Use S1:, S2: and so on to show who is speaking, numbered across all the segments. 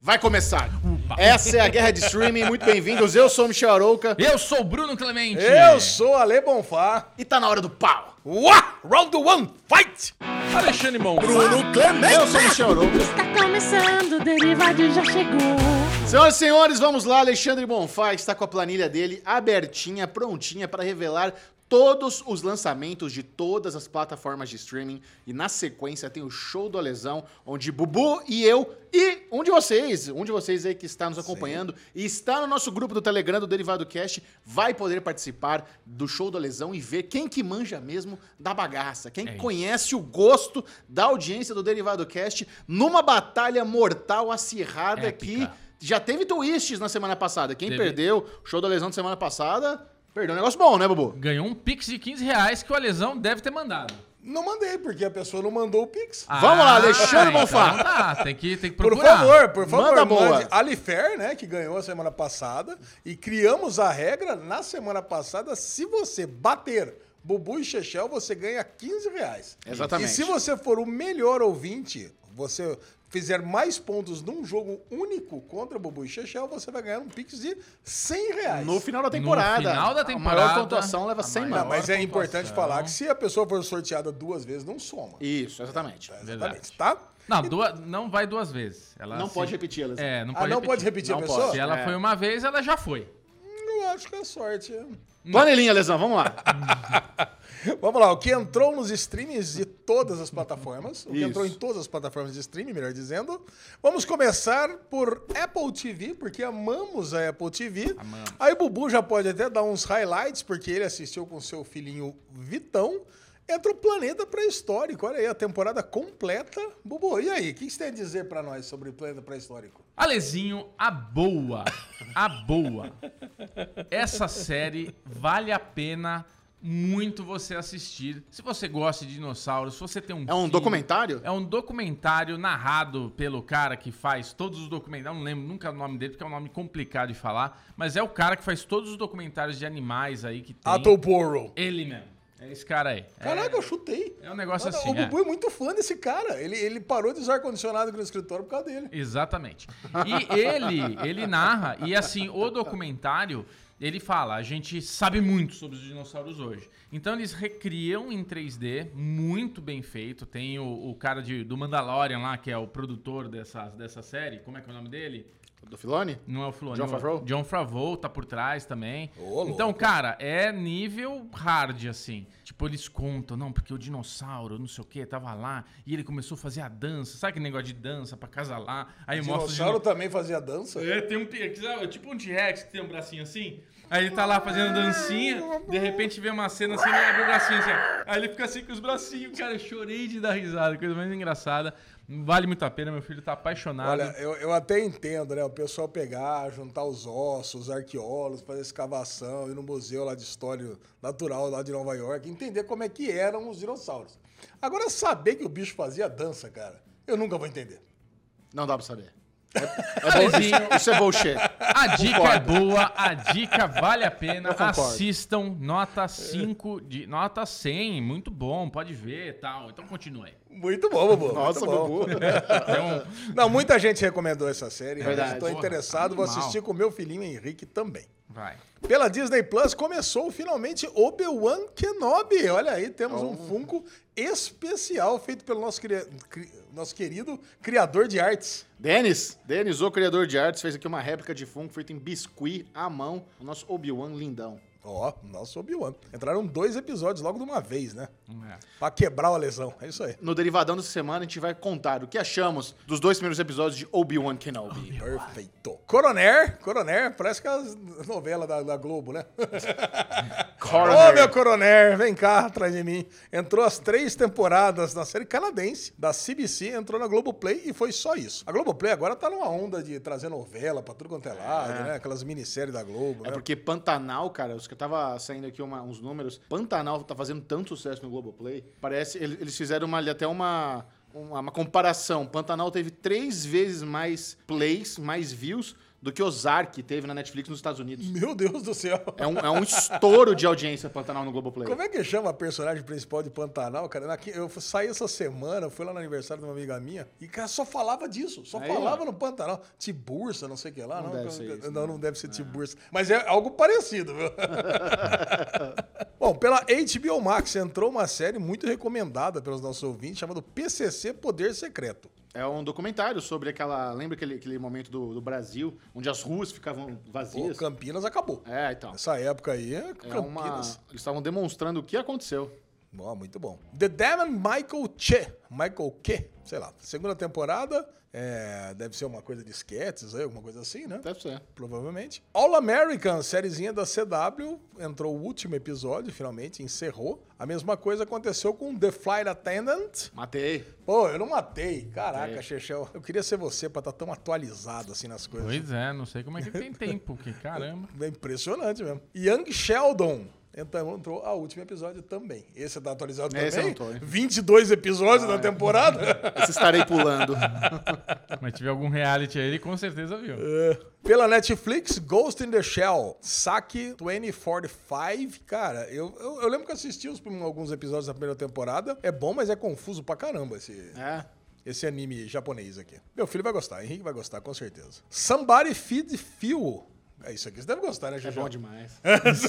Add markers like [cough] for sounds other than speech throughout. S1: Vai começar. Essa é a Guerra de Streaming. Muito bem-vindos. Eu sou o Michel Arouca.
S2: Eu sou o Bruno Clemente.
S3: Eu sou Ale Bonfá.
S1: E tá na hora do pau.
S3: Uá! Round one, fight!
S2: Alexandre Mon.
S1: Bruno Clemente. Eu sou o Michel Arouca.
S4: Está Tá começando, o Derivado já chegou.
S1: Senhoras e senhores, vamos lá. Alexandre Bonfá está com a planilha dele abertinha, prontinha para revelar todos os lançamentos de todas as plataformas de streaming. E na sequência tem o show do Alesão, onde Bubu e eu e um de vocês, um de vocês aí que está nos acompanhando e está no nosso grupo do Telegram do Derivado Cast, vai poder participar do show do Alesão e ver quem que manja mesmo da bagaça, quem que conhece o gosto da audiência do Derivado Cast numa batalha mortal acirrada
S2: Épica.
S1: que já teve twists na semana passada. Quem
S2: Teve.
S1: perdeu o show da lesão de semana passada, perdeu um negócio bom, né, Bubu?
S2: Ganhou um pix de 15 reais que o Alesão deve ter mandado. Ah,
S3: Não mandei, porque a pessoa não mandou o Pix.
S1: Vamos lá, Alexandre Bonfá.
S2: Então tá, tem que, tem que
S3: Por
S2: procurar.
S3: favor, por favor,
S1: Manda boa.
S3: Alifer, né, que ganhou a semana passada, e criamos a regra na semana passada, se você bater Bubu e Chechel, você ganha 15 reais.
S1: Exatamente.
S3: E se você for o melhor ouvinte, você fizer mais pontos num jogo único contra Bubu e Chechel, você vai ganhar um Pix de 100 reais.
S1: No final da temporada.
S2: No final da
S1: A
S2: temporada,
S1: maior pontuação leva
S2: a
S1: 100
S2: maior.
S1: mano.
S3: Não, mas é
S2: Maior
S3: importante
S2: pontuação.
S3: falar que se a pessoa for sorteada duas vezes, não soma.
S1: Isso, exatamente.
S3: Exatamente, tá?
S2: Não, duas, não vai duas vezes. Ela
S1: Não
S2: se-
S1: pode repetir, Alesão.
S2: É, não
S3: Ah,
S2: pode
S3: não pode repetir a
S1: Não
S3: pessoa?
S2: Se ela
S1: É.
S2: foi uma vez, ela já foi.
S3: Eu acho que é sorte.
S1: Panelinha, Lesão, vamos lá.
S3: Vamos lá, o que entrou nos streams de todas as plataformas, o que
S1: Isso.
S3: entrou em todas as plataformas de streaming, melhor dizendo. Vamos começar por Apple TV, porque amamos a Apple TV.
S2: Amamos.
S3: Aí Bubu já pode até dar uns highlights, porque ele assistiu com seu filhinho Vitão. Entra o Planeta Pré-Histórico, olha aí, a temporada completa. Bubu, e aí, o que você tem a dizer pra nós sobre o Planeta Pré-Histórico?
S2: Alezinho, a boa. A boa. Essa série vale a pena muito você assistir. Se você gosta de dinossauros, se você tem um
S1: É um
S2: filho-
S1: documentário?
S2: É um documentário narrado pelo cara que faz todos os documentários. Não lembro nunca o nome dele, porque é um nome complicado de falar. Mas é o cara que faz todos os documentários de animais aí que tem.
S3: Atoporo.
S2: Ele mesmo. É esse cara aí. É-
S3: Ah, Caraca, eu chutei.
S2: É um negócio
S3: Nada,
S2: assim,
S3: O
S2: é.
S3: Bubu é. muito fã desse cara. Ele, ele parou de usar ar-condicionado aqui no escritório por causa dele.
S2: Exatamente. E ele, ele narra, e assim, o documentário, ele fala, a gente sabe muito sobre os dinossauros hoje. Então eles recriam em 3D, muito bem feito. Tem o, o cara de, do Mandalorian lá, que é o produtor dessa, dessa série, como é que é o nome dele?
S1: Do Filone?
S2: Não é o Filoni.
S1: John
S2: não.
S1: Favreau?
S2: John Favreau tá por trás também.
S3: louco.
S2: então, cara, é nível hard, assim. Tipo, eles contam, não, porque o dinossauro, não sei o quê, tava lá, e ele começou a fazer a dança. Sabe aquele negócio de dança pra casalar? Aí
S3: O
S2: mostra... o
S3: dinossauro tá- também fazia dança.
S2: é, tem um pi- sabe, tipo um T-Rex que tem um bracinho assim. Aí ele tá lá fazendo dancinha, de repente vê uma cena assim, ele abre o bracinho assim. ó. Aí ele fica assim com os bracinhos, cara, eu chorei de dar risada, coisa mais engraçada. Vale muito a pena, meu filho tá apaixonado.
S3: Olha, eu, eu até entendo, né? O pessoal pegar, juntar os ossos, os arqueólogos, fazer escavação, ir no museu lá de história natural lá de Nova York, entender como é que eram os dinossauros. Agora, saber que o bicho fazia dança, cara, eu nunca vou entender.
S1: Não dá pra saber. É, é bom,
S2: Alezinho.
S1: isso, isso é bullshit.
S2: A dica é boa, a dica vale a pena.
S1: Eu concordo.
S2: Assistam, nota 5, de, nota 100, muito bom, pode ver e tal. Então continue aí.
S3: Muito bom, Bubu.
S1: [laughs]
S3: muito
S1: Nossa,
S3: bom. [laughs]
S1: Bubu.
S2: Então,
S3: Não, muita gente recomendou essa série.
S1: Verdade.
S3: Verdade. Estou
S2: Porra,
S3: interessado, vou
S2: animal.
S3: assistir com meu filhinho Henrique também.
S2: vai.
S3: Pela Disney Plus começou finalmente Obi-Wan Kenobi. Olha aí, temos um Funko especial feito pelo nosso, cria- cri- nosso querido criador de artes.
S1: Denis, Denis, o criador de artes, fez aqui uma réplica de funko feita em biscuit à mão. O nosso Obi-Wan lindão.
S3: Ó, nosso Obi-Wan. Entraram dois episódios logo de uma vez, né?
S2: É.
S3: Pra quebrar o lesão. É isso aí.
S1: No Derivadão dessa semana, a gente vai contar o que achamos dos dois primeiros episódios de Obi-Wan Kenobi.
S3: Perfeito. Coroner, Coroner, parece que é as novelas da, da Globo, né? Ô, meu [laughs] coroner, vem cá atrás de mim. Entrou as três temporadas na série canadense da CBC, entrou na Globoplay e foi só isso. A Globoplay agora tá numa onda de trazer novela pra tudo quanto é lado, né? Aquelas minisséries da Globo,
S1: É
S3: né?
S1: porque Pantanal, cara, os que eu tava saindo aqui uma- uns números, Pantanal tá fazendo tanto sucesso no Globoplay, parece, ele- eles fizeram uma- até uma, uma, uma comparação. Pantanal teve três vezes mais plays, mais views, do que Ozark teve na Netflix nos Estados Unidos.
S3: Meu Deus do céu.
S1: É um, é um estouro de audiência Pantanal no Globoplay.
S3: Como é que chama a personagem principal de Pantanal, cara? Naqui- Eu f- saí essa semana, fui lá no aniversário de uma amiga minha e, cara, só falava disso. Só
S1: Aí,
S3: falava
S1: ó.
S3: no Pantanal. Tiburça, não sei o que lá. Não,
S1: deve ser isso, né?
S3: não, não deve ser Tiburça. Mas é algo
S1: [laughs]
S3: parecido, viu? Bom, pela HBO Max entrou uma série muito recomendada pelos nossos ouvintes chamada PCC Poder Secreto.
S1: É um documentário sobre aquela. Lembra aquele, aquele momento do, do Brasil, onde as ruas ficavam
S3: Pô,
S1: vazias?
S3: Campinas acabou.
S1: É, então.
S3: Essa época aí,
S1: É uma...
S3: Campinas.
S1: Eles estavam demonstrando o que aconteceu.
S3: Ó, muito bom. The Demon Michael Che. Michael Che, sei lá. Segunda temporada. é, deve ser uma coisa de sketches aí, alguma coisa assim, né?
S1: Deve ser.
S3: Provavelmente. All American, sériezinha da CW, entrou o último episódio, finalmente, encerrou. A mesma coisa aconteceu com The Flight Attendant.
S1: Matei.
S3: Pô, eu não matei. Caraca, Chechel. Eu queria ser você pra estar tão atualizado assim nas coisas.
S2: Pois é, não sei como é que tem tempo, que caramba.
S3: É impressionante mesmo. Young Sheldon. Então entrou ao último episódio também. Esse tá atualizado
S1: Esse
S3: também?
S1: eu não tô, hein? Ah, é.
S3: 22 episódios da temporada.
S1: [laughs] Esse estarei pulando.
S2: Mas tiver algum reality aí, ele com certeza viu.
S3: É. Pela Netflix, Ghost in the Shell, saque 2045. Cara, eu, eu, eu lembro que eu assisti os prim- alguns episódios da primeira temporada. É bom, mas é confuso pra caramba esse,
S1: É.
S3: esse anime japonês aqui. Meu filho vai gostar, Henrique vai gostar, com certeza. Somebody Feed Phil. É isso aqui, você deve gostar, né,
S1: É
S3: Juju?
S1: bom demais.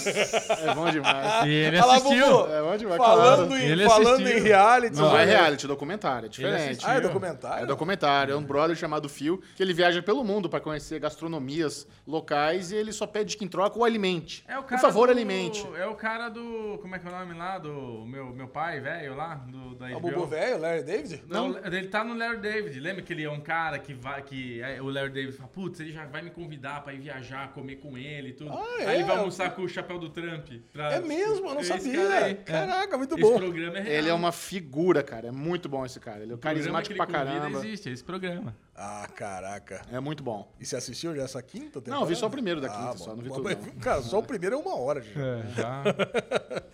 S1: é bom demais.
S2: E ele
S3: Fala,
S2: assistiu.
S3: Bubu.
S1: É bom demais.
S3: Falando,
S1: claro.
S3: em,
S2: Ele
S3: falando
S2: assistiu.
S3: em reality.
S1: Não
S3: né?
S1: é reality, é documentário, é diferente.
S2: assistiu.
S3: Ah, é
S1: É
S3: documentário?
S1: documentário, é um brother chamado Phil, que ele viaja pelo mundo pra conhecer gastronomias locais e ele só pede que em troca o alimente. Por favor,
S2: É do-
S1: alimente.
S2: É o cara do. Como é que é o nome lá? Do meu, meu pai, velho, lá? Do, da
S3: É o
S2: HBO.
S3: Bubu velho, Larry David?
S2: Não, ele tá no Larry David. Lembra que ele é um cara que vai. Que é, o Larry David fala, putz, ele já vai me convidar pra ir viajar, comer com ele e tudo.
S3: Ah,
S2: aí
S3: é?
S2: ele vai almoçar com o chapéu do Trump. pra-
S3: É mesmo, eu não
S2: Esse cara aí.
S1: é.
S3: sabia. Caraca, muito
S2: Esse
S3: bom.
S2: programa é real.
S1: Ele é uma figura, cara. É muito bom esse cara. Ele é
S2: O programa
S1: carismático
S2: que
S1: pra
S2: ele convida
S1: caramba.
S2: existe, é esse programa.
S3: Ah, caraca.
S1: É muito bom.
S3: E você assistiu já essa quinta temporada? Ah,
S1: Não, vi só o primeiro da quinta, só, não vi
S3: Bom,
S1: tudo,
S3: mas,
S1: não.
S3: [laughs] Cara, só o primeiro é uma hora, gente.
S2: já.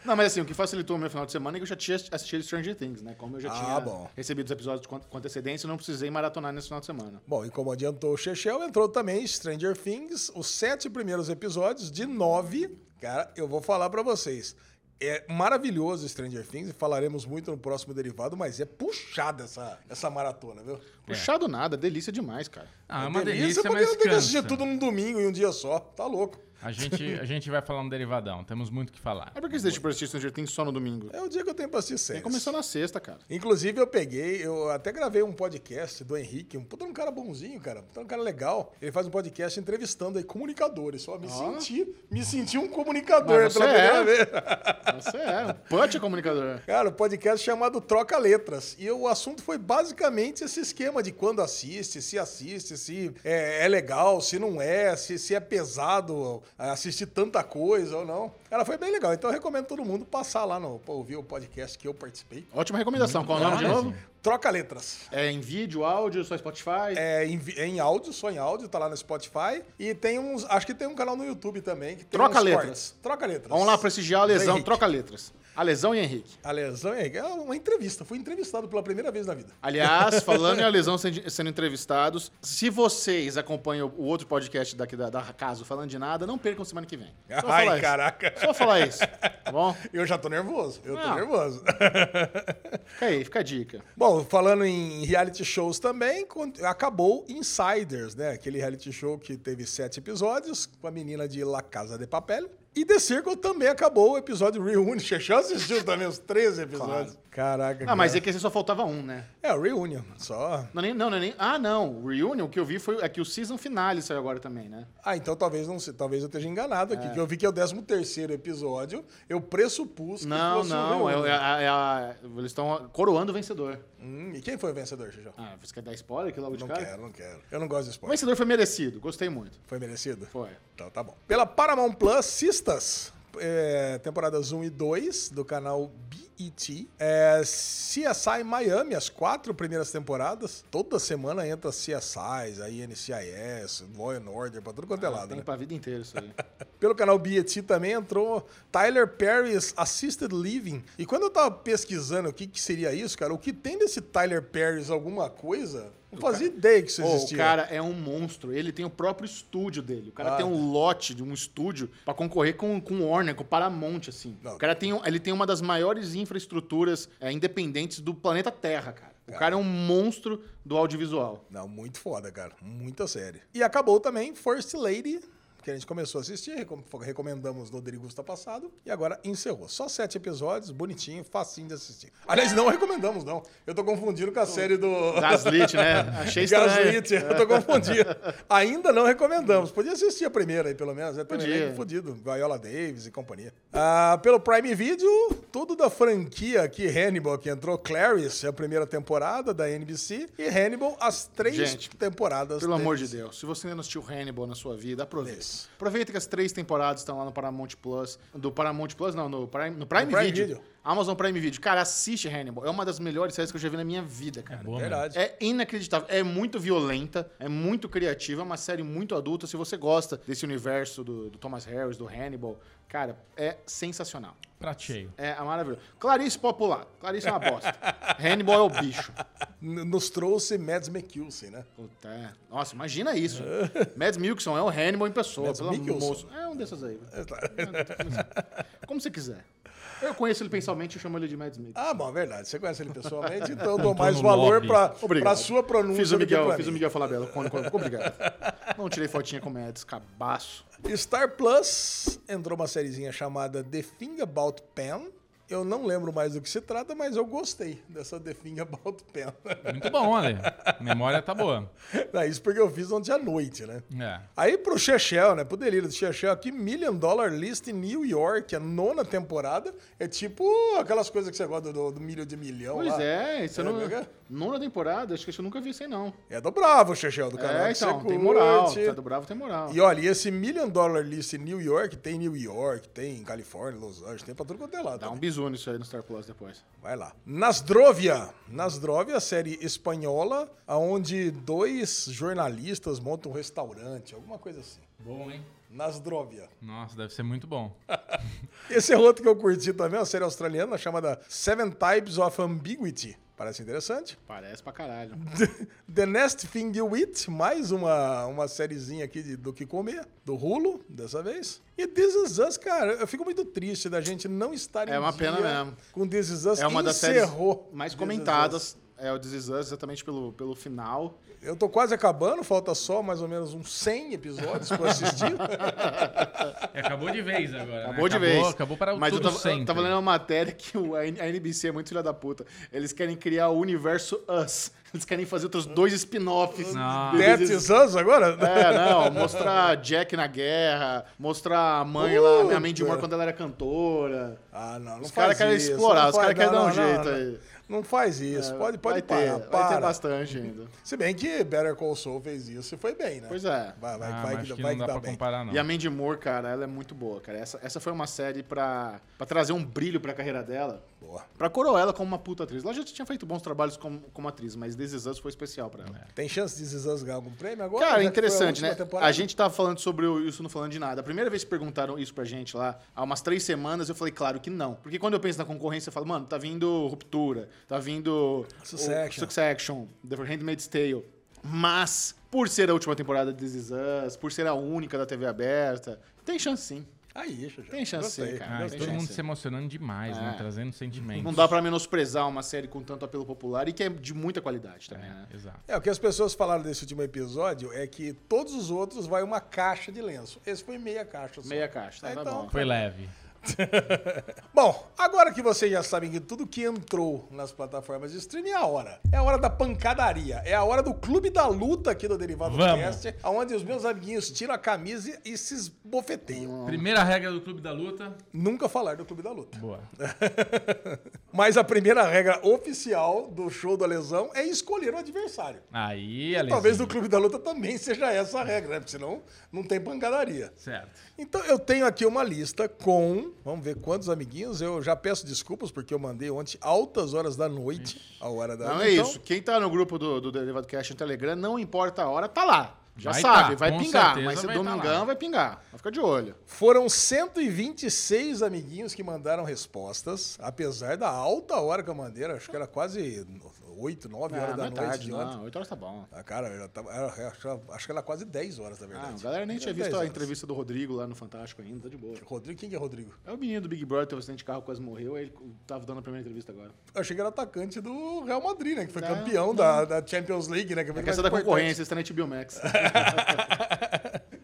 S1: Não, mas assim, o que facilitou o meu final de semana é que eu já tinha assistido Stranger Things, né? Como eu já
S3: Ah,
S1: tinha
S3: bom.
S1: recebido os episódios com com antecedência, eu não precisei maratonar nesse final de semana.
S3: Bom, e como adiantou o Chechel, entrou também Stranger Things, os sete primeiros episódios de nove. Cara, eu vou falar pra vocês. É maravilhoso Stranger Things e falaremos muito no próximo derivado, mas é puxada essa, essa maratona, viu?
S1: Puxado nada, delícia demais, cara.
S2: Ah, é uma delícia,
S3: Delícia, porque
S2: mas
S3: eu tenho que assistir
S2: cansa.
S3: tudo num domingo e um dia só. Tá louco.
S2: A gente, a gente vai falar um derivadão, temos muito o que falar.
S1: É por que você deixa pra assistir Stranger Things só no domingo?
S3: É o dia que eu tenho pra assistir
S1: Tem que
S3: séries.
S1: começar na sexta, cara.
S3: Inclusive, eu peguei, eu até gravei um podcast do Henrique, um puta de um cara bonzinho, cara, puta de um cara legal. Ele faz um podcast entrevistando aí comunicadores. Só me senti, me senti um comunicador
S1: Mas você
S3: pela primeira
S1: é.
S3: vez.
S1: Você é, o Punch é comunicador.
S3: Cara, o podcast é chamado Troca Letras. E o assunto foi basicamente esse esquema de quando assiste, se assiste, se é, é legal, se não é, se, se é pesado assistir tanta coisa ou não. Cara, foi bem legal. Então eu recomendo todo mundo passar lá no, pra ouvir o podcast que eu participei.
S1: Ótima recomendação. Qual o nome de
S2: Olha,
S1: novo?
S2: assim,
S3: Troca Letras.
S1: É em vídeo, áudio, só Spotify?
S3: É em, vi- é em áudio, só em áudio, tá lá no Spotify. E tem uns. Acho que tem um canal no YouTube também. Que tem
S1: Troca
S3: uns
S1: letras.
S3: cortes. Troca letras.
S1: Vamos lá prestigiar a lesão.
S3: Henrique.
S1: Troca letras. A lesão e Henrique.
S3: A lesão é é uma entrevista. Fui entrevistado pela primeira vez na vida. [laughs]
S1: Aliás, falando em a lesão sendo sendo entrevistados, se vocês acompanham o outro podcast daqui da, da Caso Falando de Nada, não percam semana que vem. Só falar
S3: Ai,
S1: isso.
S3: caraca.
S1: Só falar isso, tá
S3: [laughs]
S1: bom?
S3: Eu já tô nervoso. Eu
S1: Não.
S3: tô nervoso. [laughs]
S1: Fica aí, fica a dica.
S3: Bom, falando em reality shows também, con- acabou Insiders, né? Aquele reality show que teve sete episódios com a menina de La Casa de Papel. E The Circle também acabou o episódio Reunion. [laughs] Xexão assistiu também né, os 13 episódios. Caraca.
S1: Ah, mas é
S3: cara.
S1: que esse só faltava um, né?
S3: É, Reunion. Só.
S1: Não, nem, não, não, nem. Ah, não. O Reunion, o que eu vi foi. É que o season finale saiu agora também, né?
S3: Ah, então talvez não se- talvez eu esteja enganado aqui, que eu vi que é o 13 episódio, eu pressupus que
S1: Não,
S3: fosse
S1: não.
S3: o um.
S1: é-
S3: Reunion.
S1: é a- é a- eles estão coroando o vencedor.
S3: Hum, e quem foi o vencedor, Xijão?
S1: Ah, você quer dar spoiler aqui logo de
S3: não
S1: cara?
S3: quero, não quero. Eu não gosto de
S1: O
S3: spoiler.
S1: vencedor foi merecido, gostei muito.
S3: Foi merecido?
S1: Foi.
S3: Então tá bom. Pela Paramount Plus, Sistas, é, temporadas 1 e 2 do canal BET. É, CSI Miami, as quatro primeiras temporadas. Toda semana entra CSIs, aí NCIS, Law and Order, pra tudo quanto é lado,
S1: Ah, Tem
S3: né?
S1: pra vida inteira isso aí.
S3: Pelo canal BET também entrou Tyler Perry's Assisted Living. E quando eu tava pesquisando o que, que seria isso, cara, o que tem desse Tyler Perry's alguma coisa? Não fazia ideia que isso
S1: Ô, o
S3: existia.
S1: cara é um monstro. Ele tem o próprio estúdio dele. O cara
S3: Ah,
S1: tem um lote de um estúdio pra concorrer com com Warner, com Paramount, assim.
S3: Não.
S1: O cara tem, um- ele tem uma das maiores infraestruturas é, independentes do planeta Terra, cara. O cara é um monstro do audiovisual.
S3: Não, muito foda, cara. Muita série. E acabou também First Lady, que a gente começou a assistir, recom- recomendamos no Derigusta passado, e agora encerrou. Só sete episódios, bonitinho, facinho de assistir. Aliás, não recomendamos, não. Eu tô confundindo com a série do...
S1: Gaslit, né? Achei estranho.
S3: Gaslit, eu tô confundindo. Ainda não recomendamos. Podia assistir a primeira aí, pelo menos. É também
S1: Podia.
S3: meio fodido. Viola Davis e companhia. Ah, pelo Prime Video, tudo da franquia aqui, Hannibal, que entrou. Clarice, a primeira temporada da NBC. E Hannibal, as três
S1: Gente,
S3: temporadas.
S1: Pelo
S3: da
S1: amor de
S3: NBC.
S1: Deus, se você ainda não assistiu Hannibal na sua vida, aproveita.
S3: Isso.
S1: Aproveita que as três temporadas estão lá no Paramount Plus. Do Paramount Plus, não, no Prime, no Prime,
S3: No Prime
S1: Video.
S3: Video.
S1: Amazon Prime Video. Cara, assiste Hannibal. É uma das melhores séries que eu já vi na minha vida, cara.
S2: Boa, mano.
S3: Verdade.
S1: É inacreditável. É muito violenta, é muito criativa, é uma série muito adulta. Se você gosta desse universo do, do Thomas Harris, do Hannibal, cara, é sensacional.
S2: Prato cheio.
S1: É maravilhoso. Clarice popular. Clarice é uma
S3: [laughs]
S1: bosta. Hannibal é o bicho.
S3: N- Nos trouxe Mads McKilson, né?
S1: Puta, é. Nossa, imagina isso. Mads Mikkelsen é o Hannibal em pessoa.
S3: Mads
S1: pelo
S3: Mikkelsen. tá.
S1: moço. É um desses aí. É, Como você quiser. Eu conheço ele pensalmente e chamo ele de Mads Mikkelsen.
S3: Ah, bom, é verdade. Você conhece ele pessoalmente,
S2: [laughs]
S3: então eu dou
S2: Entrou
S3: mais
S2: no
S3: valor
S2: lobby.
S3: pra,
S1: Obrigado.
S3: pra sua pronúncia.
S1: Fiz o
S3: do que
S1: Miguel,
S3: pra
S1: fiz o
S3: mim.
S1: Miguel falar belo. Obrigado. Não tirei fotinha com o Mads, cabaço.
S3: Star Plus entrou uma sériezinha chamada The Thing About Pen. Eu não lembro mais do que se trata, mas eu gostei dessa The Thing About [laughs] Pen.
S2: Muito bom, Ale. Memória tá boa.
S3: Não, É Isso porque eu fiz ontem à noite, né?
S2: É.
S3: Aí pro Chechel, né? Pro delírio do Chechel aqui, Million Dollar List em New York, a nona temporada. É tipo aquelas coisas que você gosta do, do milho de milhão
S1: Pois
S3: lá.
S1: é, isso eu
S3: É,
S1: não.
S3: pega?
S1: Nona temporada, acho que eu nunca vi isso aí, não.
S3: É do Bravo, Chechel, do canal
S1: é,
S3: que
S1: então,
S3: você
S1: tem moral.
S3: curte.
S1: Tá do Bravo tem moral.
S3: E olha, e esse Million Dollar List em New York, tem New York, tem Califórnia, Los Angeles, tem pra tudo quanto é lado.
S1: Dá um bizu nisso aí no Star Plus depois.
S3: Vai lá. Nasdrovia. Nasdrovia, série espanhola, onde dois jornalistas montam um restaurante, alguma coisa assim.
S2: Bom, hein?
S3: Nasdrovia.
S2: Nossa, deve ser muito bom.
S3: Esse é outro que eu curti também, uma série australiana chamada Seven Types of Ambiguity. Parece interessante. [laughs]
S1: Parece pra caralho.
S3: The Nest Thing You Eat, mais uma, uma sériezinha aqui de- do que comer, do Rulo, dessa vez. E This Is Us, cara, eu fico muito triste da gente não estar em
S1: É uma
S3: dia
S1: pena mesmo.
S3: com This Is Us,
S1: É uma
S3: que
S1: das séries
S3: encerrou
S1: mais
S3: This Is Us.
S1: comentadas. É o This Is Us, exatamente pelo, pelo final.
S3: Eu tô quase acabando, falta só mais ou menos uns 100 episódios pra
S1: [laughs]
S3: eu assistir.
S2: É, acabou de vez agora.
S1: Acabou de
S2: né?
S1: vez.
S2: Acabou para o
S1: Mas eu
S2: tudo
S1: tava,
S2: sempre. Ah,
S1: eu tava lendo uma matéria que o- a NBC é muito filha da puta. Eles querem criar o universo Us. Eles querem fazer outros dois spin-offs.
S2: Não.
S1: do This
S3: That
S1: Is
S3: Is Us agora?
S1: É, não, mostrar Jack na guerra, mostrar a mãe lá, minha mãe de humor
S3: Puta.
S1: quando ela era cantora.
S3: Ah, não, não
S1: Os
S3: faz
S1: caras querem
S3: isso,
S1: explorar,
S3: não
S1: os
S3: faz-
S1: caras querem
S3: não,
S1: dar um
S3: não,
S1: jeito
S3: não,
S1: aí.
S3: Não faz isso, pode, pode
S1: É, vai
S3: parar,
S1: ter, Vai
S3: para.
S1: ter bastante ainda.
S3: Se bem que Better Call Saul fez isso e foi bem, né?
S1: Pois é.
S3: Vai,
S2: Ah,
S3: vai, vai,
S2: mas
S3: que,
S2: acho que
S3: vai
S2: não dá
S3: que dá
S2: pra
S3: bem.
S2: comparar, não.
S1: E a Mandy Moore, cara, ela é muito boa, cara. Essa, essa foi uma série pra, pra trazer um brilho pra carreira dela.
S3: Boa.
S1: Pra coroar ela como uma puta atriz. Ela já tinha feito bons trabalhos como, como atriz, mas This Is Us foi especial pra ela.
S3: Tem chance de Zizans ganhar algum prêmio agora? Já é que
S1: Cara,
S3: foi a
S1: interessante,
S3: última
S1: né?
S3: temporada?
S1: A gente tava falando sobre o Isso Não Falando de Nada. A primeira vez que perguntaram isso pra gente lá, há umas três semanas, eu falei, claro que não. Porque quando eu penso na concorrência, eu falo, mano, tá vindo Ruptura, tá vindo... o-
S3: Succession.
S1: Succession, The Handmaid's Tale. Mas, por ser a última temporada de This Is Us, por ser a única da TV aberta, tem chance sim.
S3: Aí, Xuxa.
S1: Tem chance,
S3: Gostei.
S1: cara.
S2: Ah,
S1: Não
S2: e
S1: tem
S2: todo mundo
S1: chance.
S2: se emocionando demais, né?
S1: É.
S2: Trazendo sentimentos.
S1: Não dá pra menosprezar uma série com tanto apelo popular e que é de muita qualidade também, né?
S2: É, exato.
S3: É, o que as pessoas falaram desse último episódio é que todos os outros vai uma caixa de lenço. Esse foi meia caixa só.
S1: Meia caixa, tá, tá
S3: Então,
S1: bom.
S2: Foi leve.
S3: Bom, agora que vocês já sabem que tudo que entrou nas plataformas de streaming é a hora. É a hora da pancadaria. É a hora do clube da luta aqui do Derivado
S2: Vamos.
S3: Cast, onde os meus amiguinhos tiram a camisa e se esbofeteiam.
S2: Primeira regra do Clube da Luta. É.
S3: Nunca falar do clube da luta.
S2: Boa.
S3: Mas a primeira regra oficial do show da lesão é escolher o adversário.
S2: Aí, Alex.
S3: Talvez no clube da luta também seja essa a regra, né? Porque senão não tem pancadaria.
S2: Certo.
S3: Então eu tenho aqui uma lista com, vamos ver quantos amiguinhos. Eu já peço desculpas porque eu mandei ontem altas horas da noite, a hora da
S1: Então é
S3: então,
S1: Não é isso. Quem tá no grupo do, do Derivado Cash no Telegram, não importa a hora, tá lá. Já
S2: Vai
S1: sabe,
S2: tá,
S1: vai
S2: com
S1: pingar,
S2: certeza
S1: mas se
S2: vai tá
S1: domingão
S2: lá.
S1: vai pingar. Vai ficar de olho.
S3: Foram 126 amiguinhos que mandaram respostas, apesar da alta hora que eu mandei, acho que era quase 8, 9 horas
S1: Ah,
S3: da
S1: não é
S3: noite
S1: tarde,
S3: de ontem.
S1: não. 8 horas tá bom.
S3: Ah, cara, eu já tava- eu acho, acho que era quase 10 horas, na
S1: Ah, a
S3: verdade.
S1: galera nem tinha
S3: Era 10
S1: visto a
S3: É, horas.
S1: entrevista do Rodrigo lá no Fantástico ainda, tá de boa.
S3: Rodrigo, quem que é Rodrigo?
S1: É o menino do Big Brother, teve um acidente de carro, quase morreu, aí ele tava dando a primeira entrevista agora.
S3: Eu achei que era atacante do Real Madrid, né? Que foi
S1: Não,
S3: campeão Da, da Champions League, né? Que foi
S1: É
S3: mais
S1: questão da
S3: importante.
S1: concorrência, está na HBO Max.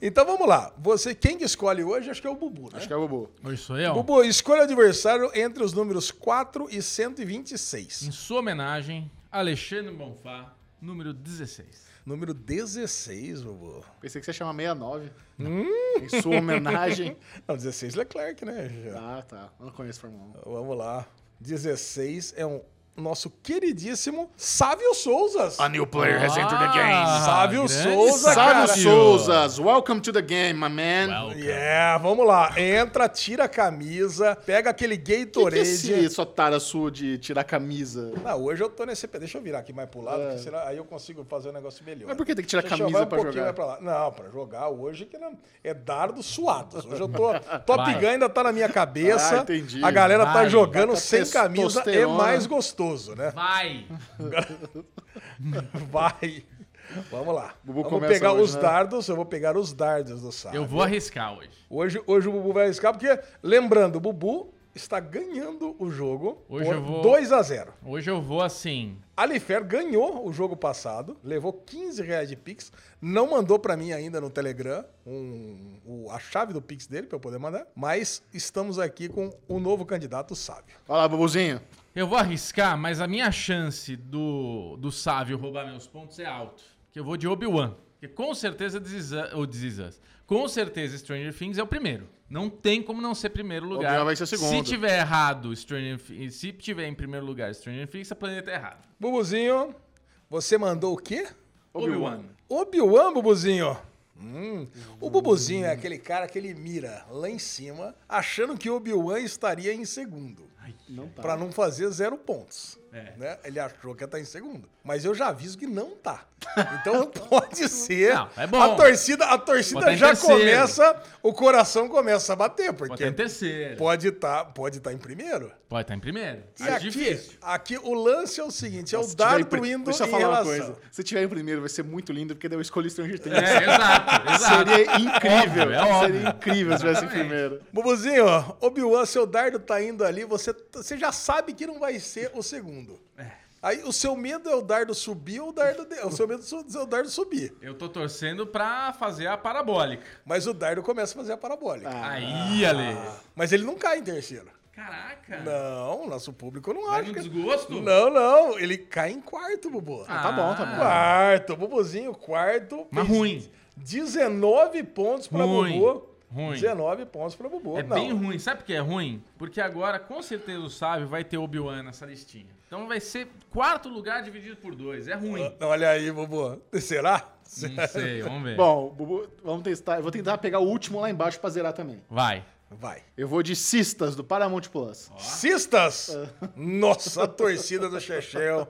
S3: Então vamos lá. Você, quem que escolhe hoje, acho que é o Bubu, né?
S1: Acho que é o Bobo.
S2: Hoje sou eu.
S3: Bubu, escolha o adversário entre os números 4 e 126.
S2: Em sua homenagem, Alexandre Bonfá, número 16.
S3: Número 16, Bubu.
S1: Pensei que você ia chamar 69. Em sua homenagem.
S3: Não, 16 Leclerc, né? Já.
S1: Ah, tá. Eu não conheço Fórmula
S3: Vamos lá. 16 é um nosso queridíssimo Sávio Souza.
S1: 1. new player
S2: has entered the game. Ah,
S3: Sávio
S2: grande
S3: Souza, cara.
S1: Sávio
S2: Caralho.
S1: Souzas, welcome to the game, my man.
S3: Yeah, vamos lá. Entra, tira a camisa, pega aquele
S1: que que é
S3: Gatorade.
S1: esse sotara sua de tirar a camisa?
S3: Ah, hoje eu tô nesse pé. Deixa eu virar aqui mais pro lado, porque senão aí eu consigo fazer um negócio melhor.
S1: É.
S2: É
S1: Mas por que tem que tirar a
S3: Deixa eu
S1: camisa
S3: vai um
S1: pra
S3: pouquinho
S1: jogar?
S3: mais Pra lá. Não, pra jogar hoje que não, é dardos suados. Hoje
S2: [laughs]
S3: eu tô. Top
S2: Vai.
S3: Gun ainda tá na minha cabeça.
S1: Ah, entendi.
S3: A galera tá
S2: Vai.
S3: jogando
S1: Bota
S3: sem camisa. É
S1: testosterona.
S3: mais gostoso, né? [laughs]
S2: Vai!
S3: Vai. Vamos lá.
S1: Bubu
S3: Vamos
S1: começa
S3: pegar
S1: hoje,
S3: os
S1: né?
S3: dardos. Eu vou pegar os dardos do Sábio.
S2: Eu vou arriscar hoje.
S3: Hoje, hoje o Bubu vai arriscar, porque, lembrando, o Bubu está ganhando o jogo
S2: Hoje eu vou-
S3: 2 a 0
S2: Hoje eu vou assim.
S3: Alifer ganhou o jogo passado, levou 15 reais de Pix, não mandou pra mim ainda no Telegram um- o- a chave do Pix dele pra eu poder mandar, mas estamos aqui com o novo candidato, o Sábio.
S1: Olha lá, Bubuzinho.
S2: Eu vou arriscar, mas a minha chance do, do Sávio roubar meus pontos é alto. Que eu vou de Obi-Wan. Porque com certeza This Is Us- ou This Is Us. Com certeza Stranger Things é o primeiro. Não tem como não ser primeiro lugar.
S1: Obi-Wan vai ser o segundo.
S2: Se tiver errado Stranger Thi- se tiver em primeiro lugar Stranger Things, a planeta é errado.
S3: Bubuzinho, você mandou o quê?
S2: Obi-Wan.
S3: Obi-Wan, Bubuzinho. Hum, O Bubuzinho é aquele cara que ele mira lá em cima, achando que Obi-Wan estaria em segundo.
S1: Não tá.
S3: Pra não fazer zero pontos.
S2: É.
S3: Né? Ele achou que ia estar em segundo. Mas eu já aviso que não
S1: [laughs]
S3: tá. Então pode ser.
S2: Não, é bom.
S3: A torcida, a
S2: Bota
S3: torcida
S2: em
S3: já
S2: terceiro.
S3: começa, o coração começa a bater,
S2: Pode estar
S3: porque
S2: em terceiro. Pode
S3: pode estar pode tá em primeiro.
S2: estar em primeiro.
S3: E
S2: Acho
S3: aqui, aqui o lance é o seguinte, é
S1: Se
S3: o
S1: tiver em
S3: dardo
S1: pri-
S3: indo
S1: Deixa eu
S3: em
S1: falar uma
S3: relação.
S1: coisa. Se tiver em primeiro, vai ser muito lindo, porque daí eu escolhi Stranger Things. [laughs]
S2: É, exato, exato.
S1: Seria incrível.
S2: Óbvio, é óbvio.
S1: Seria incrível se tivesse em
S2: Exatamente.
S1: primeiro.
S3: Bubuzinho, Obi-Wan, seu dardo tá indo ali, você, você já sabe que não vai ser o segundo. Aí o seu medo é o dardo subir ou o dardo... de- o seu medo é o dardo subir.
S2: Eu tô torcendo pra fazer a parabólica.
S3: Mas o Dardo começa a fazer a parabólica.
S1: Ah.
S2: Aí, Ale.
S3: Mas ele não cai em terceiro.
S2: Caraca.
S3: Não, nosso público não
S2: Vai
S3: acha.
S2: no
S3: que-
S2: desgosto?
S3: Não, não. Ele cai em quarto, Bubu.
S2: Ah,
S1: tá bom, tá bom.
S3: Quarto, Bubuzinho, quarto.
S2: Mas
S3: Fez
S2: ruim.
S3: 19 pontos pra
S2: Ruim,
S3: Bubu.
S2: ruim.
S3: 19 pontos pra Bubu.
S2: É
S3: não.
S2: bem ruim. Sabe por que é ruim? Porque agora, com certeza, o Sábio vai ter Obi-Wan nessa listinha. Então vai ser quarto lugar dividido por dois. É ruim.
S3: Olha aí, Bubu. Será?
S2: Não
S3: [laughs]
S2: sei, vamos ver.
S1: Bom, Bubu, vamos testar. Eu vou tentar pegar o último lá embaixo pra zerar também.
S2: Vai.
S3: Vai.
S1: Eu vou de Cistas, do Paramount Plus.
S3: Cistas! Nossa, a torcida do Chechel.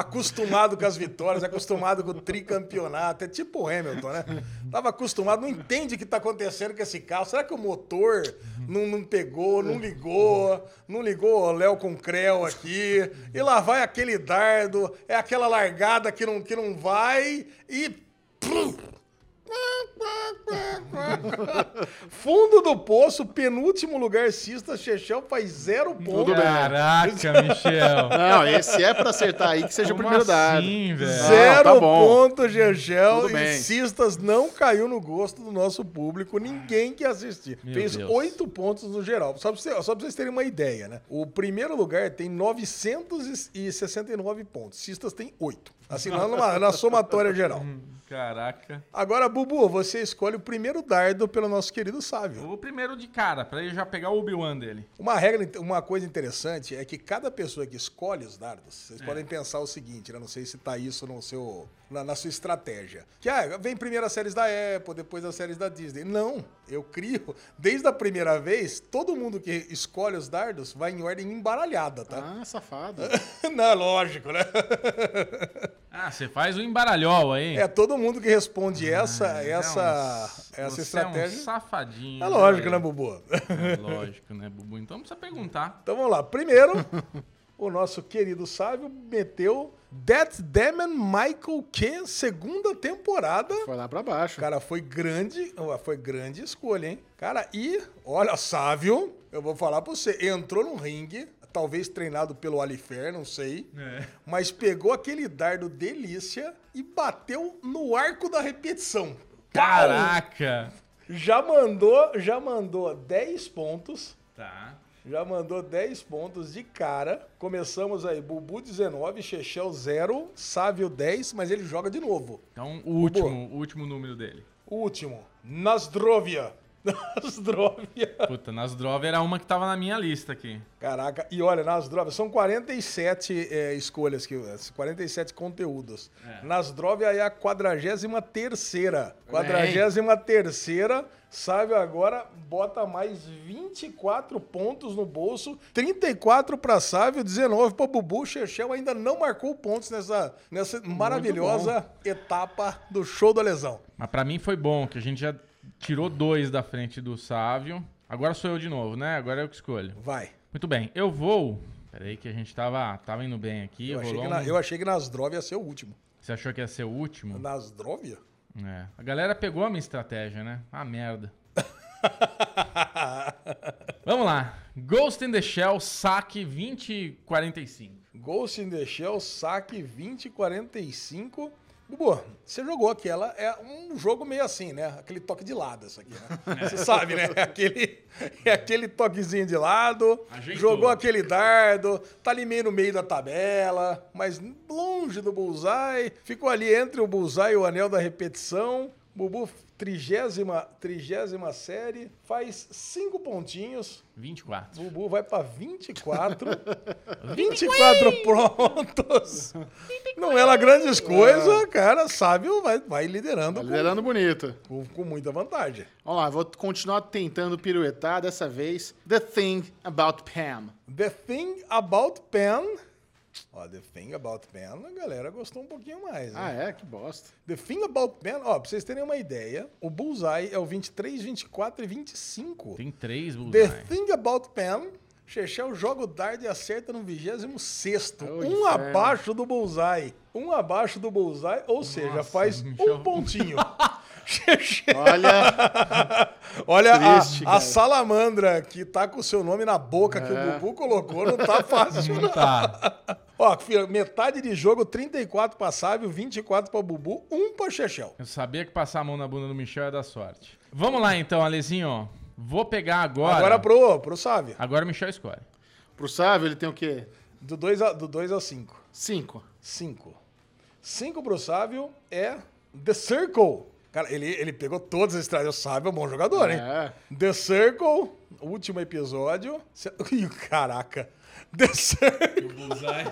S3: Acostumado com as vitórias, acostumado com o tricampeonato. É tipo o Hamilton, né? Tava acostumado, não entende o que tá acontecendo com esse carro. Será que o motor não, não pegou, não ligou, não ligou o Léo com o Creu aqui? E lá vai aquele dardo, é aquela largada que não, que não vai e. [laughs] Fundo do poço, penúltimo lugar, Cistas, Chechel faz zero pontos.
S1: bem.
S2: Caraca, Michel.
S1: Não, esse é pra acertar aí que seja o
S2: Como
S1: primeiro dado.
S2: assim, velho?
S1: Não,
S3: Zero
S1: tá bom.
S3: ponto, Gegel.
S1: Tudo bem.
S3: Cistas não caiu no gosto do nosso público, ninguém que assistir.
S2: Meu
S3: Fez
S2: Deus.
S3: oito pontos no geral. Só pra, você- só pra vocês terem uma ideia, né? O primeiro lugar tem 969 pontos. Cistas tem oito. Assim, lá numa- na
S2: [laughs]
S3: somatória geral.
S2: Caraca.
S3: Agora, Bubu, você escolhe o primeiro dardo pelo nosso querido Fábio.
S2: O primeiro de cara, pra ele já pegar o Obi-Wan dele.
S3: Uma regra, uma coisa interessante é que cada pessoa que escolhe os dardos,
S2: É.
S3: vocês podem pensar o seguinte, né? Não sei se tá isso no seu, na, na sua estratégia. Que ah, vem primeiro as séries da Apple, depois as séries da Disney. Não, eu crio, desde a primeira vez, todo mundo que escolhe os dardos vai em ordem embaralhada, tá?
S1: Ah, safado.
S3: [laughs] Não, lógico, né?
S2: Ah, você faz o embaralhol aí.
S3: É todo mundo que responde essa,
S2: Você é um-
S3: essa, essa
S2: você É um
S3: estratégia.
S2: safadinho.
S3: É lógico, né,
S2: né,
S3: Bubu?
S2: É lógico, né, Bubu? Então não precisa perguntar.
S3: Então vamos lá. Primeiro, o nosso querido sábio meteu That Demon Michael K, segunda temporada.
S1: Foi lá pra baixo. Tá
S3: Cara, foi grande, ó, foi grande escolha, hein? Cara, e olha, sábio, eu vou falar pra você, entrou no ringue, talvez treinado pelo Alifer, não sei,
S2: É.
S3: mas pegou aquele dardo delícia e bateu no arco da repetição. Pau!
S2: Caraca!
S3: Já mandou, já mandou 10 pontos.
S2: Tá.
S3: Já mandou 10 pontos de cara. Começamos aí, Bubu 19, Chechel 0, Sávio 10, mas ele joga de novo.
S2: Então, o último, o último número dele.
S3: O último, Nasdrovia. [laughs] Nasdrovia.
S2: Puta, Nasdrov era uma que tava na minha lista aqui.
S3: Caraca, e olha, Nasdrovia, são 47 é, escolhas, que, 47 conteúdos. Nasdrovia é a 43ª. 43ª, Sávio agora bota mais 24 pontos no bolso, 34 para Sávio, 19 para Bubu. Chechel ainda não marcou pontos nessa, nessa maravilhosa etapa do show da lesão.
S2: Mas pra mim foi bom, que a gente já tirou dois da frente do Sávio. Agora sou eu de novo, né? Agora eu que escolho.
S3: Vai.
S2: Muito bem, eu vou. Peraí que a gente tava, tava indo bem aqui.
S3: Eu achei,
S2: rolou
S3: que na,
S2: um-
S3: eu achei que Nasdrovia ia ser o último.
S2: Você achou que ia ser o último?
S3: [laughs] Nasdrovia?
S2: É. A galera pegou a minha estratégia, né? Ah, merda. Vamos lá. Ghost in the Shell, saque 2045.
S3: Ghost in the Shell, saque 2045. Bubu, você jogou aquela, é um jogo meio assim, né? Aquele toque de lado, isso aqui, né? Você sabe, né? É aquele, é aquele toquezinho de lado,
S2: Ajeitou.
S3: jogou aquele dardo, tá ali meio no meio da tabela, mas longe do bullseye, ficou ali entre o bullseye e o anel da repetição. Bubu, trigésima, trigésima série, faz cinco pontinhos,
S2: 24.
S3: Bubu vai pra 24. 24 prontos. Não é era grandes coisas, cara. Sábio vai, vai
S1: Tá
S3: liderando com-
S1: liderando bonito.
S3: com, com muita vantagem.
S1: Vamos lá, vou continuar tentando piruetar dessa vez. The Thing About Pam.
S3: The Thing About Pen. Ó, The Thing About Pen, a galera gostou um pouquinho mais. né?
S1: Ah, é? Que bosta.
S3: The Thing About Pen, ó, pra vocês terem uma ideia, o Bullseye é o 23, 24 e 25.
S2: Tem três
S3: The
S2: bullseye.
S3: Thing About Pen. Chechel joga o dardo e acerta no 26.
S1: Oh,
S3: um
S1: inferno.
S3: abaixo do bullseye. Um abaixo do bullseye, ou seja, faz
S2: Michel.
S3: um pontinho. Chechel.
S1: [laughs] Olha,
S3: Olha a-
S1: Triste,
S3: a,
S1: cara. É.
S3: salamandra que tá com o seu nome na boca que o Bubu colocou, não tá fácil,
S1: [laughs]
S3: não.
S2: Tá.
S3: Ó, filho, metade de jogo, 34 pra Sávio, 24 pra Bubu, 1 pra Chechel.
S2: Eu sabia que passar a mão na bunda do Michel ia dar sorte. Vamos lá então, Alezinho. Vou pegar agora.
S3: Agora pro, pro Sávio,
S2: Agora o Michel escolhe.
S1: pro Sávio ele tem o quê?
S3: do 2 a- do 2 ao 5.
S1: Cinco.
S3: 5. 5 pro Sávio é The Circle. Cara, ele, ele pegou todas as estradas. O Sávio é um bom jogador, hein?
S1: É.
S3: The Circle, último episódio. Se- [laughs] Ih, caraca. The Circle.
S2: Bullseye.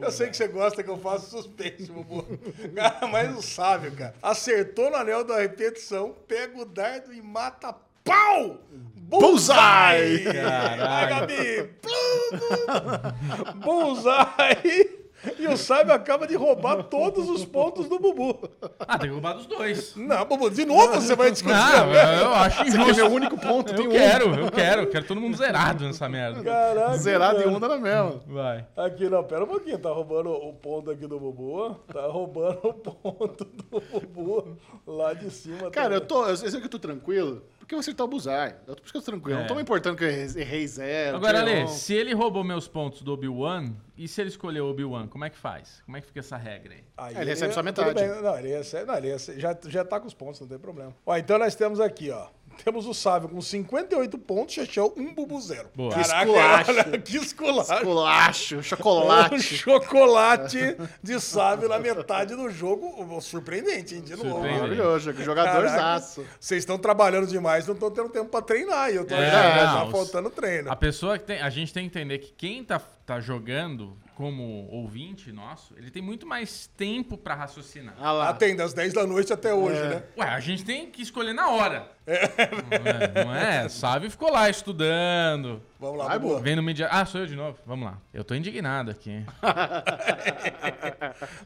S3: Eu sei que você gosta que eu faço suspense, Bubu. [laughs] Cara, mas o Sávio, cara. Acertou no anel da repetição, pega o dardo e mata pau! Bullseye! Vai,
S2: Caralho.
S3: Gabi! Plum, plum. Bullseye! E o Sábio acaba de roubar todos os pontos do Bubu.
S2: Ah, tem que roubar dos dois.
S3: Não, Bubu, de novo você vai discutir.
S2: Não,
S3: né?
S2: eu acho
S1: Porque
S2: injusto.
S1: meu único [laughs] ponto tem
S2: Eu
S1: um.
S2: quero, eu quero. Quero todo mundo zerado nessa merda.
S3: Caraca,
S1: Zerado e
S3: mano.
S1: um dá na mesma.
S2: Vai.
S3: Aqui, não, pera um pouquinho. Tá roubando o ponto aqui do Bubu. Tá roubando o ponto do Bubu lá de cima.
S1: Cara, eu
S3: também.
S1: tô. Eu sei que eu tô tranquilo. Porque eu acertar o Buzai. Eu tô por isso que eu tô tranquilo.
S2: É.
S1: Não tô me importando que eu errei zero.
S2: Agora,
S1: tirei
S2: Alê,
S1: um.
S2: se ele roubou meus pontos do Obi-Wan, e se ele escolheu o Obi-Wan, como é que faz? Como é que fica essa regra aí?
S3: Aí
S1: É, ele recebe só
S3: tudo
S1: metade.
S3: bem, Não, ele recebe, não, ele recebe- já, já tá com os pontos, não tem problema. Ó, então nós temos aqui, ó. Temos o Sávio com 58 pontos, Chechel, um bubu zero.
S2: Boa.
S1: Esculacho.
S3: olha, que esculacho.
S1: Colacho,
S3: Um [laughs]
S1: chocolate.
S3: chocolate de Sávio na metade do jogo. Surpreendente, hein? De novo.
S2: Surpreendente.
S1: Maravilhoso,
S3: Caraca,
S1: jogadorzaço.
S3: Vocês estão trabalhando demais, não estão tendo tempo pra treinar. E eu tô
S2: É,
S3: achando que já
S2: não,
S3: tá faltando treino.
S2: A pessoa que tem. A gente tem que entender que quem tá, tá jogando como ouvinte nosso, ele tem muito mais tempo pra raciocinar.
S1: Ah lá.
S3: Atende das 10 da noite até hoje,
S1: É.
S3: né?
S2: Ué, a gente tem que escolher na hora. Não é? Não é? Sávio ficou lá estudando.
S3: Vamos lá,
S1: Vai,
S3: boa.
S2: Vendo mídia. Ah, sou eu de novo. Vamos lá. Eu tô indignado aqui.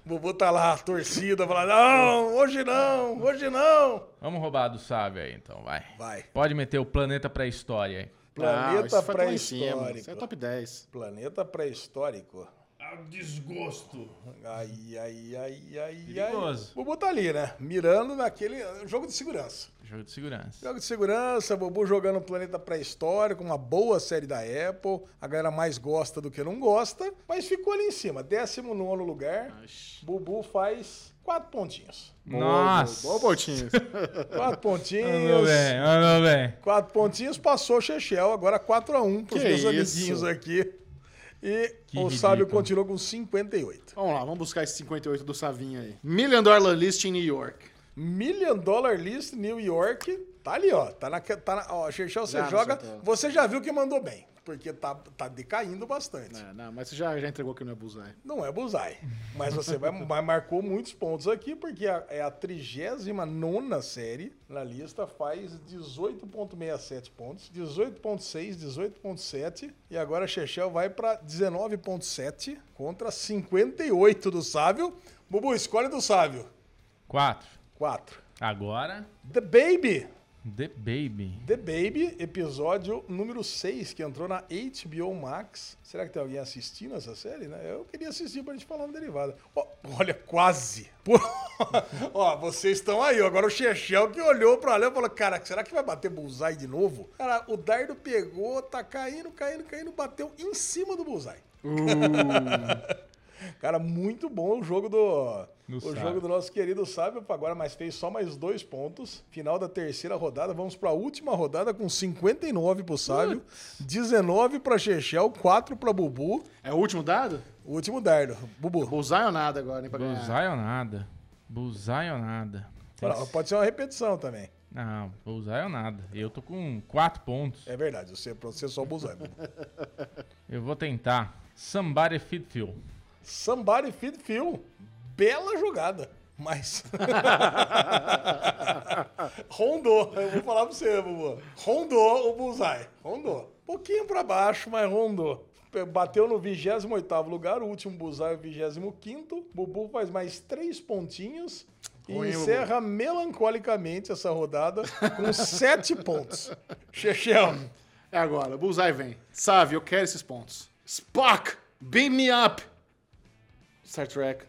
S3: Bubu tá lá, a torcida, falando, não, hoje não, hoje não.
S2: Vamos roubar do Sávio aí, então, vai.
S3: Vai.
S2: Pode meter o planeta pra história aí.
S1: Não, Ah, isso
S3: Planeta
S1: foi tão em cima. Isso é
S3: pré-histórico.
S1: top 10.
S3: Planeta pré-histórico.
S2: Desgosto.
S3: Ai, ai, ai, ai,
S2: Perigoso.
S3: ai. Bubu tá ali, né? Mirando naquele jogo de segurança.
S2: Jogo de segurança.
S3: Jogo de segurança, Bubu jogando um Planeta Pré-Histórico, uma boa série da Apple. A galera mais gosta do que não gosta, mas ficou ali em cima, 19 lugar. Bubu faz quatro pontinhos.
S2: Nossa.
S1: Bom, Botinho.
S2: [laughs]
S3: Quatro
S2: Mandou
S3: pontinhos.
S2: Ah, bem, mandou bem.
S3: Quatro pontinhos, passou o Chechel, agora 4x1 pros
S1: Que
S3: meus
S1: isso?
S3: amiguinhos aqui. E
S2: Que
S3: o Sábio
S2: ridículo.
S3: continua com 58.
S1: Vamos lá, vamos buscar esse 58 do Savinho aí. Million Dollar List em New York.
S3: Million Dollar List, New York. Tá ali, ó. Tá na, tá na, ó Chechel, você
S1: Já no
S3: joga.
S1: seu topo.
S3: Você já viu que mandou bem, porque tá, tá decaindo bastante.
S1: É, não, mas você já, já entregou que não é Bullseye.
S3: Não é bullseye. Mas você vai, [laughs] vai- marcou muitos pontos aqui, porque a- é a 39 série na lista, faz 18,67 pontos, 18,6, 18,7. E agora a Chechel vai para 19,7 contra 58 do Sávio. Bubu, escolhe do Sávio.
S2: Quatro.
S3: 4.
S2: Agora,
S3: The Baby.
S2: The Baby.
S3: The Baby, episódio número 6, que entrou na HBO Max. Será que tem alguém assistindo essa série, né? Eu queria assistir pra gente falar no derivado. Ó, olha, quase. [laughs] Pô, Ó, vocês estão aí. ó. Agora o Chechel que olhou pra lá e falou, cara, será que vai bater Bullseye de novo? Cara, o dardo pegou, tá caindo, caindo, caindo, bateu em cima do Bullseye. Cara, muito bom o jogo do.
S2: Do
S3: o
S2: Sábio.
S3: jogo do nosso querido Sábio agora, mas fez só mais dois pontos. Final da terceira rodada, vamos pra última rodada com 59 pro Sábio, 19 pra Chechel, 4 pra Bubu.
S1: É o último dado?
S3: O último dardo, Bubu.
S1: Bullseye ou nada agora, hein, pra ganhar?
S2: Bullseye ou nada? Bullseye ou nada? Tem
S3: Não,
S2: que-
S3: pode ser uma repetição também.
S2: Não, Bullseye ou nada. Eu tô com quatro pontos.
S3: É verdade, você, pra você só abusar. Bubu.
S2: Eu vou tentar. Somebody Feed Phil.
S3: Somebody feed Phil. Bela jogada. Mas. [laughs] rondou. Eu vou falar pra você, Bubu. Rondou o Bullseye. Rondou. Pouquinho pra baixo, mas rondou. Bateu no 28 lugar, o último Bullseye, o 25. Bubu faz mais três pontinhos. E
S1: Ruim, Bubu.
S3: encerra melancolicamente essa rodada com sete pontos. Chechel,
S1: É agora, Bullseye vem. Sabe, eu quero esses pontos. Spock, beam me up. Star Trek,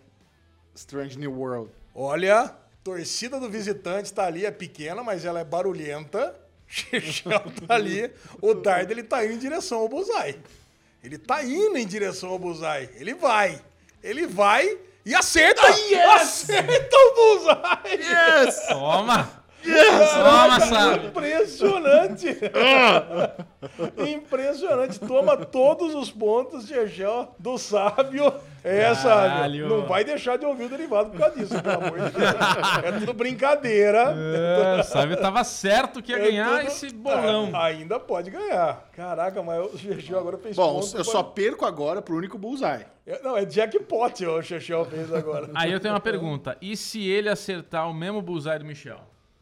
S1: Strange New World.
S3: Olha, torcida do visitante tá ali, é pequena, mas ela é barulhenta. [laughs] Chechel tá ali. O Dardo, ele tá indo em direção ao Buzai. Ele tá indo em direção ao Buzai. Ele vai. Ele vai e acerta! Acerta o Buzai!
S1: Yes!
S2: Toma! Toma, Sábio!
S3: Impressionante!
S2: Ah!
S3: Impressionante! Toma todos os pontos, Chechel, do sábio. É,
S2: Caralho.
S3: sábio. Não vai deixar de ouvir o derivado por causa disso, pelo amor de Deus. É tudo brincadeira.
S2: É, Sábio tava certo que ia
S3: É
S2: ganhar
S3: tudo-
S2: esse bolão.
S3: Ah, ainda pode ganhar. Caraca, mas o Chechel agora
S1: [laughs]
S3: fez
S1: Bom,
S3: ponto,
S1: eu
S3: pode-
S1: só perco agora pro único Bullseye.
S3: É, Não, é jackpot ó, o Chechel fez agora.
S2: Aí eu tenho uma pergunta. E se ele acertar o mesmo Bullseye do Michel?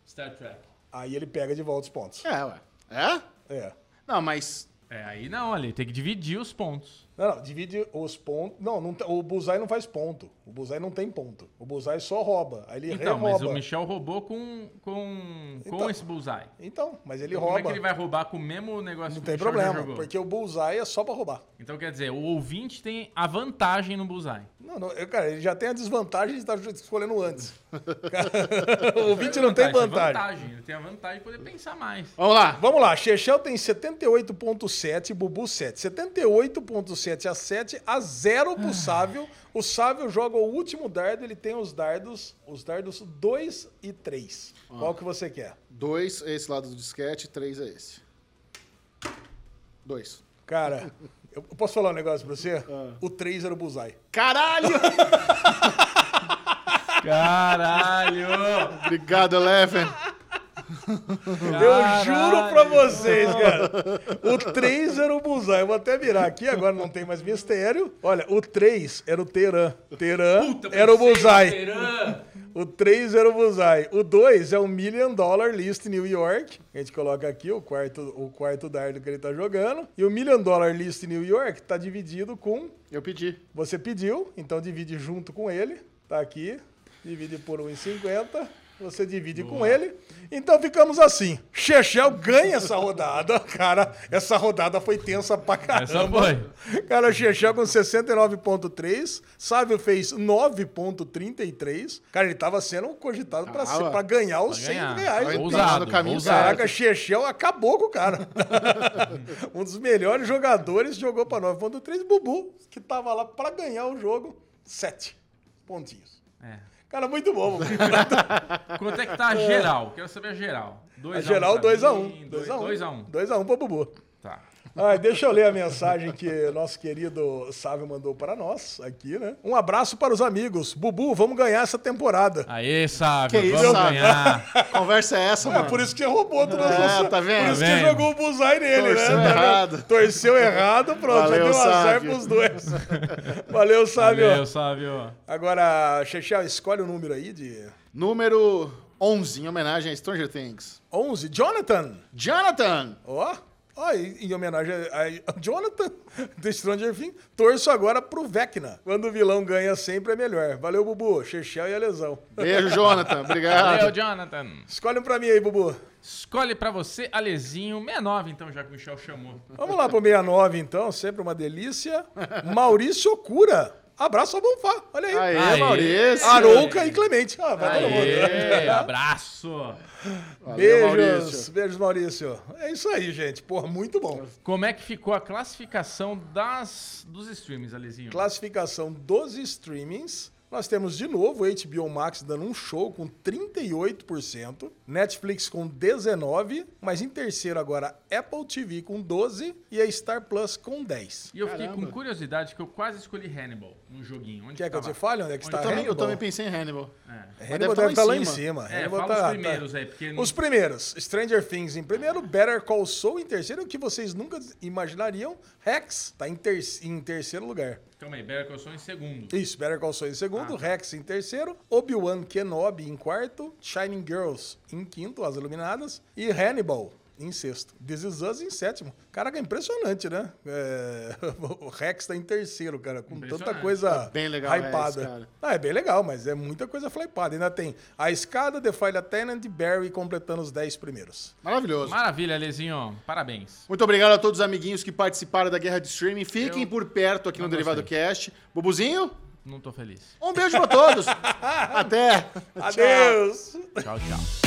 S2: Star Trek.
S3: Aí ele pega de volta os pontos.
S1: É, ué. É?
S3: É.
S1: Não, mas...
S2: É, aí não, ali tem que dividir os pontos.
S3: Não, não, divide os pontos. Não, não tem- o Buzai não faz ponto. O Buzai não tem ponto. O Buzai só rouba. Aí ele
S2: Então, mas
S3: rouba.
S2: o Michel roubou com, com, com
S3: Então,
S2: esse Bullseye.
S3: Então, mas ele
S2: Como
S3: rouba.
S2: é que ele vai roubar com o mesmo negócio
S3: Não
S2: que
S3: tem
S2: o Michel já
S3: problema,
S2: jogou?
S3: porque o Bullseye é só pra roubar.
S2: Então quer dizer, o ouvinte tem a vantagem no Bullseye.
S3: Não, Não, não, eu, cara, ele já tem a desvantagem de estar
S2: [laughs]
S3: escolhendo antes. Cara, [laughs] o ouvinte não tem vantagem.
S2: Ele tem a vantagem de poder pensar mais.
S1: Vamos lá.
S3: Vamos lá, Chechel tem 78.7, Bubu 7. 78.7 a 7 a 0
S2: Ah.
S3: pro Sávio. O Sávio joga o último dardo, ele tem os dardos, os dardos 2 e 3.
S2: Ah.
S3: Qual que você quer?
S1: Dois é esse lado do disquete, três é esse. Dois.
S3: Cara, eu posso falar um negócio pra você? O 3 era o Buzai.
S1: Caralho!
S2: Caralho!
S1: [laughs] Obrigado, Eleven.
S3: Eu juro pra vocês, cara. O 3 era o Buzai. Eu vou até virar aqui, agora não tem mais mistério. Olha, o 3 era o Teran. Teran era o Buzai. O 3 era o Buzai. O 2 é o Million Dollar List New York. A gente coloca aqui o quarto, o quarto dardo que ele tá jogando. E o Million Dollar List New York tá dividido com.
S1: Eu pedi.
S3: Você pediu, então divide junto com ele. Tá aqui. Divide por 1,50. Você divide com ele. Então ficamos assim. Chechel ganha essa rodada. [laughs] Cara, essa rodada foi tensa pra caramba.
S2: Essa foi.
S3: Cara, Chechel com 69.3, Sávio fez 9.33. Cara, ele tava sendo cogitado pra,
S1: Tava.
S3: ser- pra ganhar os 100
S2: Ganhar.
S3: reais. né?
S1: Ousado,
S2: Ousado,
S1: no caminho
S2: ousado.
S1: certo.
S3: Caraca, Chechel acabou com o cara. [laughs] um dos melhores jogadores jogou pra 9.3, Bubu, que tava lá pra ganhar o jogo, 7 pontinhos.
S2: É.
S3: Cara, muito bom.
S2: [laughs]
S3: Bubu.
S2: Quanto é que tá a geral? Quero saber a geral. Dois
S3: A
S2: a
S3: [laughs] geral
S2: um pra
S3: 2x1.
S2: mim, dois- dois a um.
S3: 2x1 pra Bubu.
S2: Tá.
S3: Ai, deixa eu ler a mensagem que nosso querido Sávio mandou para nós aqui, né? Um abraço para os amigos. Bubu, vamos ganhar essa temporada.
S2: Aê, sabe?
S1: Que
S2: Vamos
S1: isso, Sábio?
S2: ganhar.
S1: Conversa é essa,
S3: [laughs] É
S1: mano.
S3: por isso que roubou todas
S1: É,
S3: as-
S1: tá vendo?
S3: Por isso
S2: Ah. Tá
S3: que
S2: vendo?
S3: jogou o buzai nele,
S1: Torceu
S3: né? Tá vendo?
S1: errado.
S3: Torceu errado, pronto,
S1: Valeu,
S3: já deu azar
S1: Sávio.
S3: pros dois. Valeu,
S2: [laughs]
S3: Sávio.
S2: Valeu, Sábio.
S3: Agora, Chechel, escolhe o número aí de
S1: Número 11, em homenagem a Stranger Things.
S3: 11. Jonathan.
S1: Jonathan!
S3: Ó, ó, e- em homenagem a, a Jonathan [laughs] do Stranger Things, torço agora pro Vecna. Quando o vilão ganha sempre é melhor. Valeu, Bubu, Chechel e a lesão.
S1: Beijo, Jonathan.
S2: Valeu,
S1: Obrigado.
S2: Jonathan.
S3: [laughs] Escolhe um pra mim aí, Bubu.
S2: Escolhe pra você, Alezinho, 69, então, já que o Michel chamou.
S3: Vamos lá pro 69, então, sempre uma delícia. Maurício Cura. Abraço ao Bonfá, olha aí.
S1: Aê,
S2: Aê.
S1: Maurício.
S3: Arouca e Clemente. Ah, vai todo mundo. [laughs]
S1: [laughs]
S2: Aê, abraço.
S1: Valeu,
S3: Beijos,
S1: Maurício.
S3: beijos, Maurício. É isso aí, gente. Porra, muito bom.
S2: Como é que ficou a classificação das, dos streams, Alezinho?
S3: Classificação dos streamings. Nós temos de novo o HBO Max dando um show com 38%, Netflix com 19%, mas em terceiro agora Apple TV com 12% e a Star Plus com 10%.
S2: E eu fiquei com curiosidade que eu quase escolhi Hannibal no joguinho. Onde
S3: Quer que eu
S2: tava?
S3: te fale onde é que está
S1: Eu também, eu
S3: Hannibal?
S1: também pensei em Hannibal.
S2: É.
S3: Hannibal
S1: Mas
S3: deve
S1: deve
S3: estar
S1: tá
S3: lá em cima.
S2: É,
S3: Hannibal
S2: fala
S3: tá-
S2: os primeiros
S3: tá-
S2: aí, porque...
S3: Os primeiros. Stranger Things em primeiro, Better Call Saul em terceiro, o que vocês nunca imaginariam. Rex tá em, ter- em terceiro lugar.
S2: Calma aí, Better Call Saul em segundo.
S3: Isso, Better Call Saul em segundo, Rex em terceiro, Obi-Wan Kenobi em quarto, Shining Girls em quinto, As Iluminadas, e Hannibal em sexto. This Is Us em sétimo. Caraca, é impressionante, né? É, [laughs] O Rex tá em terceiro, cara, com tanta
S2: Impressionante.
S3: coisa
S1: É bem legal o Rex,
S3: hypada.
S1: cara.
S3: Ah, é bem legal, mas é muita coisa flipada. Ainda tem A Escada, The File Attendant e Barry completando os 10 primeiros.
S1: Maravilhoso.
S2: Maravilha, Alezinho. Parabéns.
S1: Muito obrigado a todos os amiguinhos que participaram da guerra de streaming. Fiquem
S2: Eu
S1: por perto aqui no
S2: não
S1: Derivado Cast. Bubuzinho,
S2: Não tô feliz.
S3: [laughs]
S1: um beijo pra todos. Até.
S3: Adeus!
S2: Tchau, tchau.